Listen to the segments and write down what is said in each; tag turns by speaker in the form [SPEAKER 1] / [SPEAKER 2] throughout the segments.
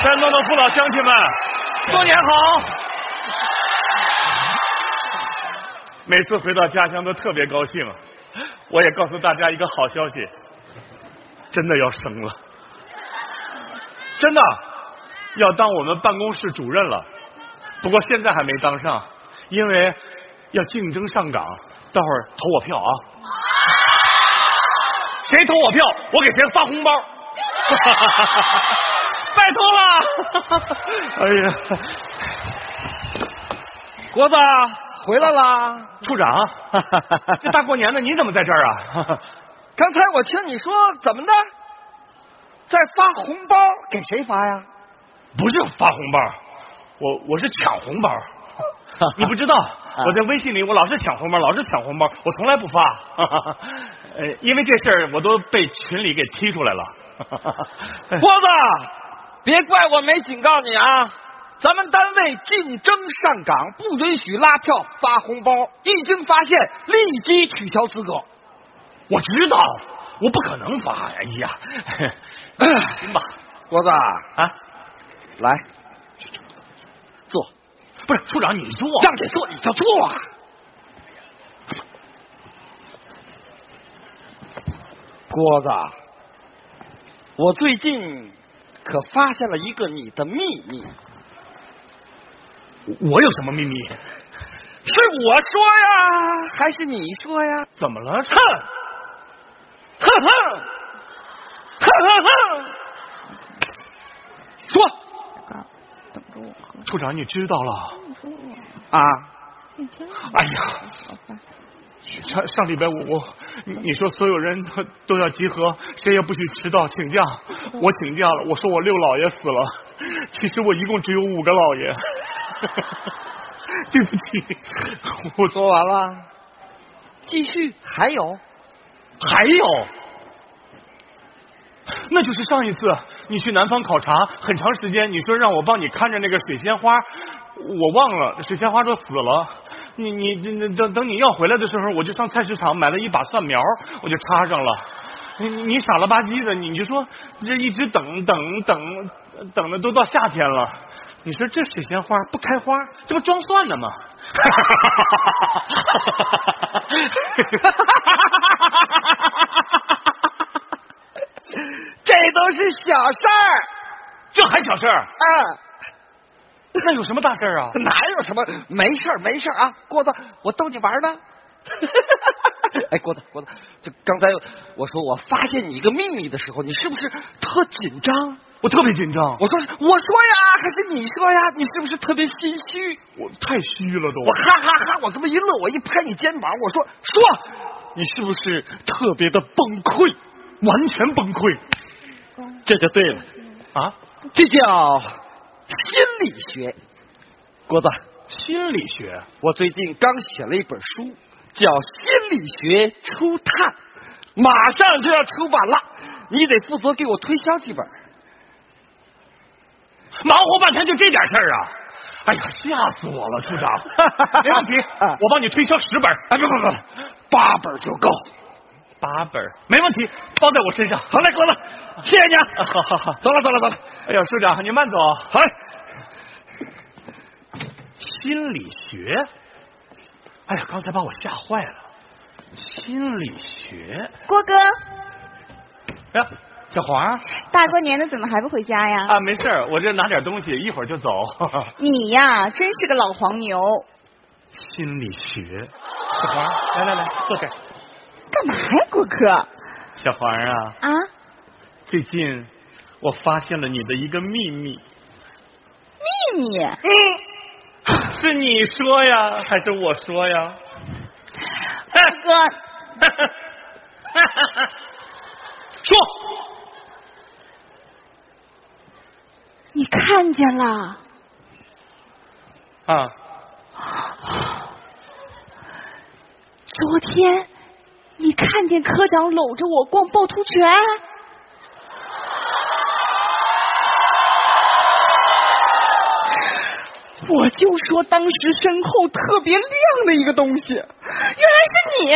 [SPEAKER 1] 山东的父老乡亲们，过年好！每次回到家乡都特别高兴。我也告诉大家一个好消息，真的要生了，真的要当我们办公室主任了。不过现在还没当上，因为要竞争上岗。待会儿投我票啊！谁投我票，我给谁发红 包。拜托了！ 哎呀，
[SPEAKER 2] 国子啊回来啦！
[SPEAKER 1] 处 长，啊这大过年的你怎么在这儿啊？
[SPEAKER 2] 刚才我听你说怎么的，在发红包，给谁发呀？
[SPEAKER 1] 不是发红包，我我是抢红 包。你不知道，我在微信里我老是抢红包，老是抢红包，我从来不发。 呃，因为这事儿我都被群里给踢出来 了。
[SPEAKER 2] 国子，啊别怪我没警告你啊！咱们单位竞争上岗，不允许拉票发红包，一经发现立即取消资格。
[SPEAKER 1] 我知道，我不可能发呀！哎呀， 行吧，
[SPEAKER 2] 国子，
[SPEAKER 1] 啊，
[SPEAKER 2] 来，坐，
[SPEAKER 1] 不是处长你说，
[SPEAKER 2] 让你坐你就坐啊！国子，啊我最近可发现了一个你的秘密，
[SPEAKER 1] 我我有什么秘密？
[SPEAKER 2] 是我说呀，还是你说呀？
[SPEAKER 1] 怎么了？
[SPEAKER 2] 哼，哼哼，哼哼哼，说
[SPEAKER 1] 处长你知道了。
[SPEAKER 2] 啊，
[SPEAKER 1] 哎呀，上上礼拜五，你你说所有人都都要集合，谁也不许迟到，请假。我请假了，我说我六姥爷死了，其实我一共只有五个姥爷。 对不起，我
[SPEAKER 2] 说完了，继续还有
[SPEAKER 1] 还有，那就是上一次你去南方考察，很长时间，你说让我帮你看着那个水仙花，我忘了水仙花说死了。你你你等等你要回来的时候，我就上菜市场买了一把蒜苗，我就插上了。你你傻了吧唧的，你就说这一直等等等等的都到夏天了，你说这水仙花不开花，这不装蒜呢吗？
[SPEAKER 2] 这都是小事儿
[SPEAKER 1] 这还小事儿？
[SPEAKER 2] 啊，
[SPEAKER 1] 那有什么大事儿啊？
[SPEAKER 2] 哪有什么没事儿没事儿啊，郭子，我逗你玩儿呢。 哎，郭子，郭子，就刚才我说我发现你一个秘密的时候，你是不是特紧张？
[SPEAKER 1] 我特别紧张，
[SPEAKER 2] 我说是我说呀，还是你说呀？你是不是特别心虚？
[SPEAKER 1] 我太虚了都。
[SPEAKER 2] 我哈哈哈我这么一乐，我一拍你肩膀，我说说，
[SPEAKER 1] 你是不是特别的崩溃？完全崩溃
[SPEAKER 2] 这就对了，
[SPEAKER 1] 啊！
[SPEAKER 2] 这叫心理学。郭子，
[SPEAKER 1] 心理学，
[SPEAKER 2] 我最近刚写了一本书，叫《心理学初探》，马上就要出版了，你得负责给我推销几本。
[SPEAKER 1] 忙活半天就这点事儿啊！哎呀，吓死我了， 处长没问题，
[SPEAKER 2] 啊
[SPEAKER 1] 我帮你推销十本。哎，不不不，八本就够，八本没问题，包在我身上。好嘞，哥了，谢谢你啊！好好好，走了走了走了。哎呀，处长，你慢走。好嘞。心理学，哎呀，刚才把我吓坏了。心理学，
[SPEAKER 3] 郭哥，
[SPEAKER 1] 哎呀，小黄。
[SPEAKER 3] 大过年的怎么还不回家呀？
[SPEAKER 1] 啊，没事儿，我这拿点东西，一会儿就 走。
[SPEAKER 3] 你呀，真是个老黄牛！
[SPEAKER 1] 心理学，小黄，来来来，坐这儿。
[SPEAKER 3] 干嘛呀，郭哥？
[SPEAKER 1] 小黄啊，
[SPEAKER 3] 啊，
[SPEAKER 1] 最近我发现了你的一个秘密，
[SPEAKER 3] 秘密？
[SPEAKER 1] 是你说呀，还是我说呀？
[SPEAKER 3] 郭哥，
[SPEAKER 1] 说，
[SPEAKER 3] 你看见了？
[SPEAKER 1] 啊，
[SPEAKER 3] 昨天你看见科长搂着我逛趵突泉？我就说当时身后特别亮的一个东西，原来是你！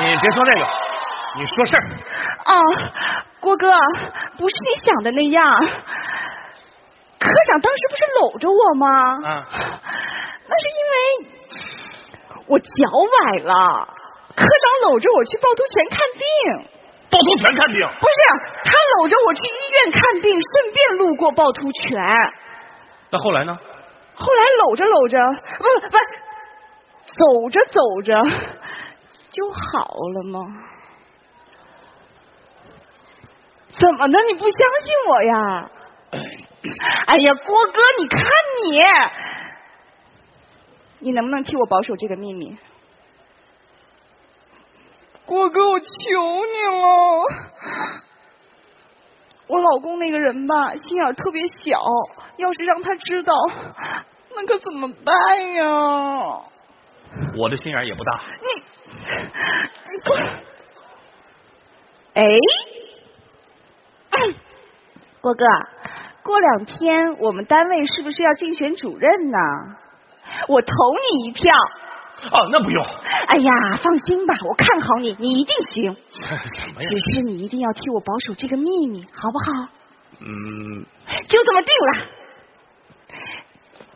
[SPEAKER 1] 你别说这个，你说事儿。
[SPEAKER 3] 啊，郭哥，不是你想的那样。科长当时不是搂着我吗？
[SPEAKER 1] 啊，
[SPEAKER 3] 那是因为我脚崴了，科长搂着我去趵突泉看病。
[SPEAKER 1] 趵突泉看病。
[SPEAKER 3] 不是，他搂着我去医院看病，顺便路过趵突泉。
[SPEAKER 1] 那后来呢？
[SPEAKER 3] 后来搂着搂着，不不，走着走着就好了吗？怎么的？你不相信我呀？哎呀，郭哥，你看你，你能不能替我保守这个秘密？郭哥，我求你了！我老公那个人吧，心眼儿特别小，要是让他知道，那可怎么办呀？
[SPEAKER 1] 我的心眼儿也不大。
[SPEAKER 3] 你，你过来哎，郭哥，过两天我们单位是不是要竞选主任呢？我投你一票。
[SPEAKER 1] 啊，那不用。
[SPEAKER 3] 哎呀，放心吧，我看好你，你一定行。
[SPEAKER 1] 什哎么呀？
[SPEAKER 3] 只是你一定要替我保守这个秘密，好不好？
[SPEAKER 1] 嗯，
[SPEAKER 3] 就这么定了。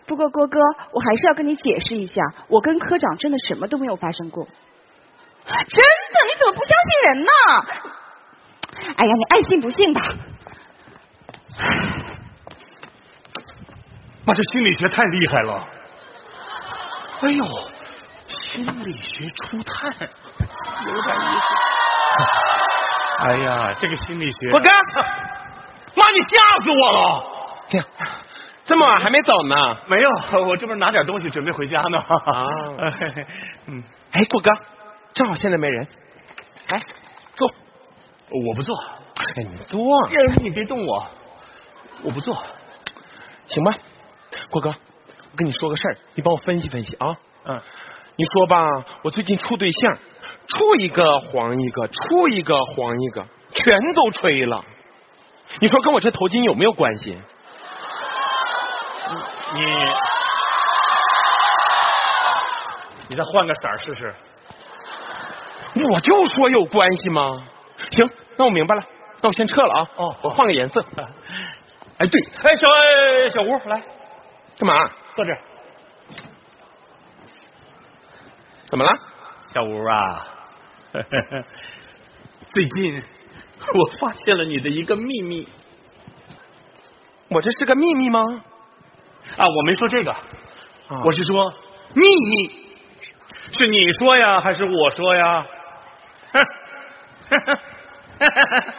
[SPEAKER 3] 不过郭哥，我还是要跟你解释一下，我跟科长真的什么都没有发生过。真的？你怎么不相信人呢？哎呀，你爱信不信吧。
[SPEAKER 1] 妈，这心理学太厉害了。哎呦，心理学初探，有点意 思。哎呀，这个心理学，
[SPEAKER 2] 我哥，
[SPEAKER 1] 妈，你吓死我了！
[SPEAKER 2] 天，哎这么晚还没走呢？
[SPEAKER 1] 没有，我这不是拿点东西准备回家呢。 啊，嗯，
[SPEAKER 2] 哎，郭哥，正好现在没人，来哎坐。
[SPEAKER 1] 我不做，
[SPEAKER 2] 哎，你坐啊，
[SPEAKER 1] 你别动我，我不做。
[SPEAKER 2] 行吧？郭哥，我跟你说个事儿，你帮我分析分析啊。
[SPEAKER 1] 嗯，
[SPEAKER 2] 你说吧，我最近处对象，处一个黄一个，处一个黄一个，全都吹了。你说跟我这头巾有没有关系？
[SPEAKER 1] 你，你再换个色儿试试。
[SPEAKER 2] 我就说有关系吗？行，那我明白了，那我先撤了啊。
[SPEAKER 1] 哦
[SPEAKER 2] 我换个颜色。哎，对，
[SPEAKER 1] 哎，小哎小吴，来
[SPEAKER 2] 干嘛？
[SPEAKER 1] 坐这儿。
[SPEAKER 2] 怎么了？
[SPEAKER 1] 小吴啊， 最近我发现了你的一个秘密
[SPEAKER 2] 我这是个秘密吗？
[SPEAKER 1] 啊！我没说这个，
[SPEAKER 2] 啊
[SPEAKER 1] 我是说秘密，是你说呀，还是我说呀？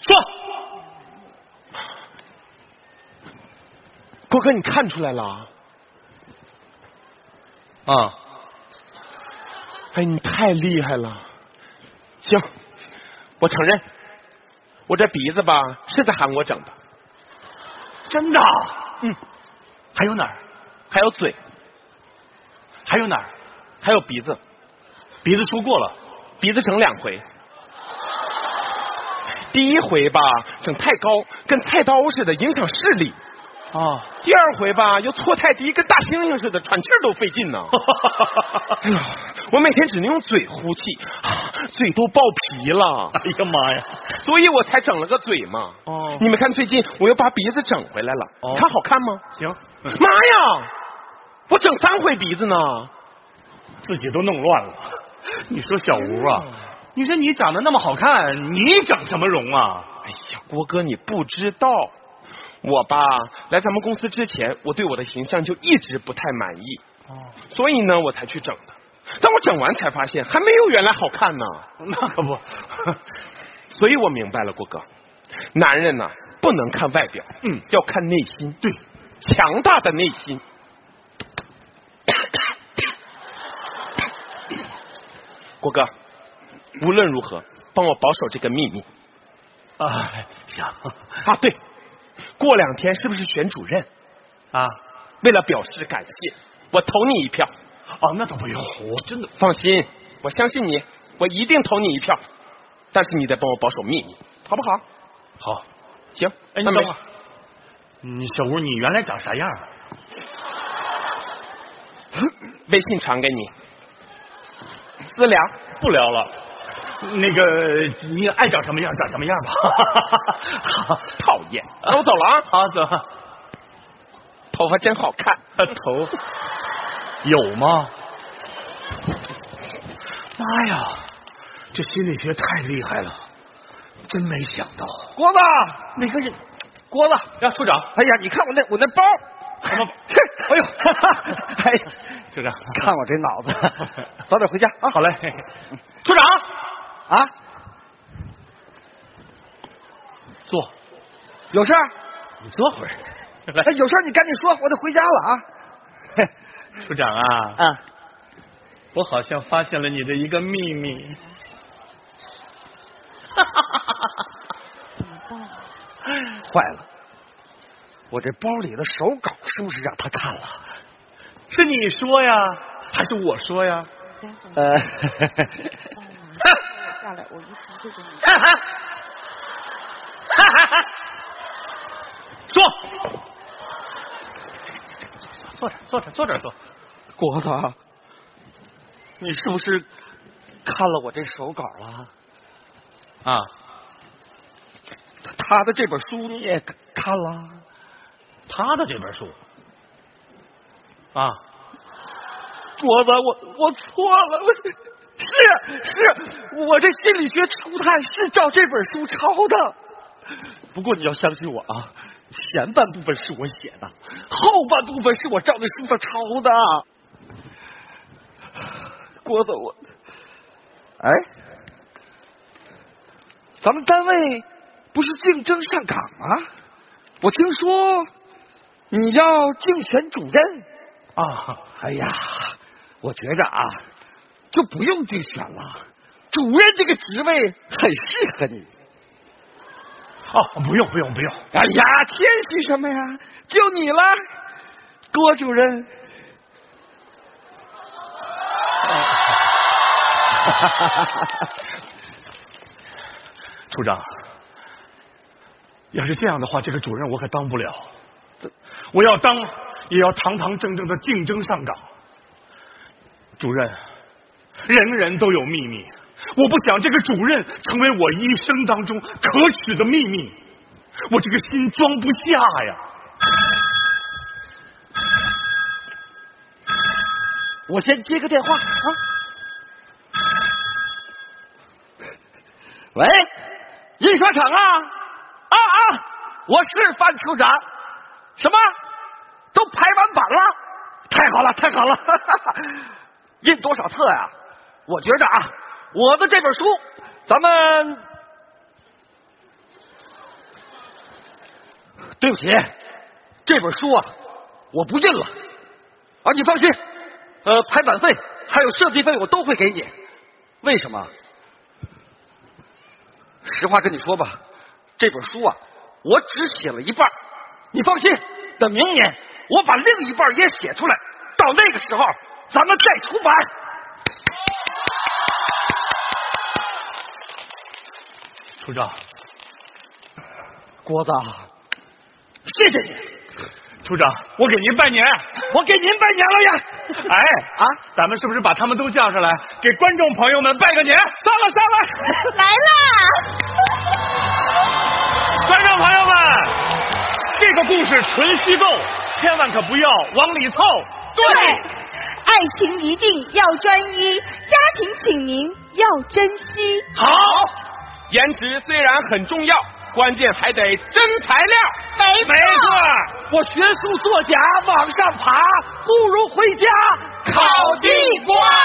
[SPEAKER 1] 说，
[SPEAKER 2] 郭哥，你看出来了啊？
[SPEAKER 1] 啊，
[SPEAKER 2] 哎，你太厉害了！行，我承认，我这鼻子吧是在韩国整的，
[SPEAKER 1] 真的？嗯，还有哪儿？
[SPEAKER 2] 还有嘴，
[SPEAKER 1] 还有哪儿？
[SPEAKER 2] 还有鼻子，
[SPEAKER 1] 鼻子说过了，
[SPEAKER 2] 鼻子整两回。第一回吧整太高，跟菜刀似的，影响视力；
[SPEAKER 1] 啊，
[SPEAKER 2] 第二回吧又错太低，跟大猩猩似的，喘气儿都费劲呢。 哎呀，我每天只能用嘴呼气，啊嘴都爆 皮了，
[SPEAKER 1] 哎呀妈呀！
[SPEAKER 2] 所以我才整了个嘴嘛。
[SPEAKER 1] 哦
[SPEAKER 2] 你们看，最近我又把鼻子整回来了，
[SPEAKER 1] 哦
[SPEAKER 2] 你看好看吗？
[SPEAKER 1] 行，
[SPEAKER 2] 妈呀！我整三回鼻子呢，
[SPEAKER 1] 自己都弄乱了。 你说小吴啊，你说你长得那么好看，你整什么容啊？
[SPEAKER 2] 哎呀，郭哥你不知道，我吧来咱们公司之前，我对我的形象就一直不太满意，
[SPEAKER 1] 哦，
[SPEAKER 2] 所以呢我才去整的。但我整完才发现还没有原来好看呢，
[SPEAKER 1] 那可不，
[SPEAKER 2] 所以我明白了，郭哥，男人呢不能看外表，
[SPEAKER 1] 嗯，
[SPEAKER 2] 要看内心，
[SPEAKER 1] 对，
[SPEAKER 2] 强大的内 心。郭哥，无论如何帮我保守这个秘密。
[SPEAKER 1] 啊，行
[SPEAKER 2] 啊，对，过两天是不是选主任？
[SPEAKER 1] 啊，
[SPEAKER 2] 为了表示感谢，我投你一票。
[SPEAKER 1] 哦，那倒不用，我真的
[SPEAKER 2] 放心，我相信你，我一定投你一票。但是你得帮我保守秘密，好不好？
[SPEAKER 1] 好。
[SPEAKER 2] 行，
[SPEAKER 1] 哎，你
[SPEAKER 2] 那
[SPEAKER 1] 等
[SPEAKER 2] 没
[SPEAKER 1] 会
[SPEAKER 2] 事
[SPEAKER 1] 儿，你嗯小吴，你原来长啥样啊？
[SPEAKER 2] 微信传给你。私聊，
[SPEAKER 1] 不聊了，那个你爱长什么样长什么样吧。 好
[SPEAKER 2] 讨厌，那我走了啊，
[SPEAKER 1] 好走，
[SPEAKER 2] 头发真好看。
[SPEAKER 1] 头有吗？妈呀，这心理学太厉害了，真没想到。
[SPEAKER 2] 郭子，那个人，郭子，
[SPEAKER 1] 呀，处长，
[SPEAKER 2] 哎呀，你看我那我那包，
[SPEAKER 1] 什么包
[SPEAKER 2] 哎呦，哎呀，
[SPEAKER 1] 处长，
[SPEAKER 2] 看我这脑子， 早点回家啊
[SPEAKER 1] 好嘞，
[SPEAKER 2] 处长啊，
[SPEAKER 1] 坐，
[SPEAKER 2] 有事儿，
[SPEAKER 1] 你坐会儿。
[SPEAKER 2] 哎，
[SPEAKER 1] 来，
[SPEAKER 2] 有事儿你赶紧说，我得回家了啊。
[SPEAKER 1] 处长啊，
[SPEAKER 2] 啊，
[SPEAKER 1] 我好像发现了你的一个秘密。
[SPEAKER 2] 坏了，我这包里的手稿是不是让他看了？
[SPEAKER 1] 是你说呀，还是我说呀？
[SPEAKER 2] 呃，
[SPEAKER 3] 下来，我一直就给你。
[SPEAKER 2] 哈哈，哈哈哈。
[SPEAKER 1] 说，坐这儿，坐这儿，坐这儿坐。
[SPEAKER 2] 国子，你是不是看了我这手稿了？
[SPEAKER 1] 啊，
[SPEAKER 2] 他的这本书你也看了？
[SPEAKER 1] 他的这本书。 啊，
[SPEAKER 2] 国子，我我错了，我是是，我这心理学初探是照这本书抄的。不过你要相信我啊，前半部分是我写的，后半部分是我照着书上抄的。国子，我，哎，咱们单位不是竞争上岗吗？我听说你要竞选主任。
[SPEAKER 1] 啊，
[SPEAKER 2] 哎呀，我觉着啊，就不用竞选了，主任这个职位很适合你。
[SPEAKER 1] 哦，不用不用不用，
[SPEAKER 2] 哎呀，谦虚什么呀？就你了，郭主任。
[SPEAKER 1] 处长，要是这样的话，这个主任我可当不了。我要当，也要堂堂正正的竞争上岗。主任，人人都有秘密，我不想这个主任成为我一生当中可耻的秘密，我这个心装不下呀。
[SPEAKER 2] 我先接个电话啊。喂，印刷厂啊啊啊！我是范处长。什么？都排完版了？太好了，太好了！印多少册呀、我觉着啊，我的这本书，咱们对不起，这本书啊，我不印了。啊，你放心，呃，排版费还有设计费我都会给你。为什么？实话跟你说吧，这本书啊，我只写了一半儿。你放心，等明年我把另一半儿也写出来，到那个时候咱们再出版。
[SPEAKER 1] 处长，
[SPEAKER 2] 郭子，啊谢谢你，
[SPEAKER 1] 处长，我给您拜年。
[SPEAKER 2] 我给您拜年了呀！
[SPEAKER 1] 哎
[SPEAKER 2] 啊，
[SPEAKER 1] 咱们是不是把他们都叫上来，给观众朋友们拜个年？散了，散了。
[SPEAKER 3] 来啦！
[SPEAKER 1] 观众朋友们，这个故事纯虚构，千万可不要往里凑。
[SPEAKER 3] 对，爱情一定要专一，家庭请您要珍惜。
[SPEAKER 1] 好，颜值虽然很重要，关键还得真材料。
[SPEAKER 3] 没错
[SPEAKER 1] 没错，
[SPEAKER 2] 我学术作假往上爬，不如回家
[SPEAKER 1] 烤地瓜。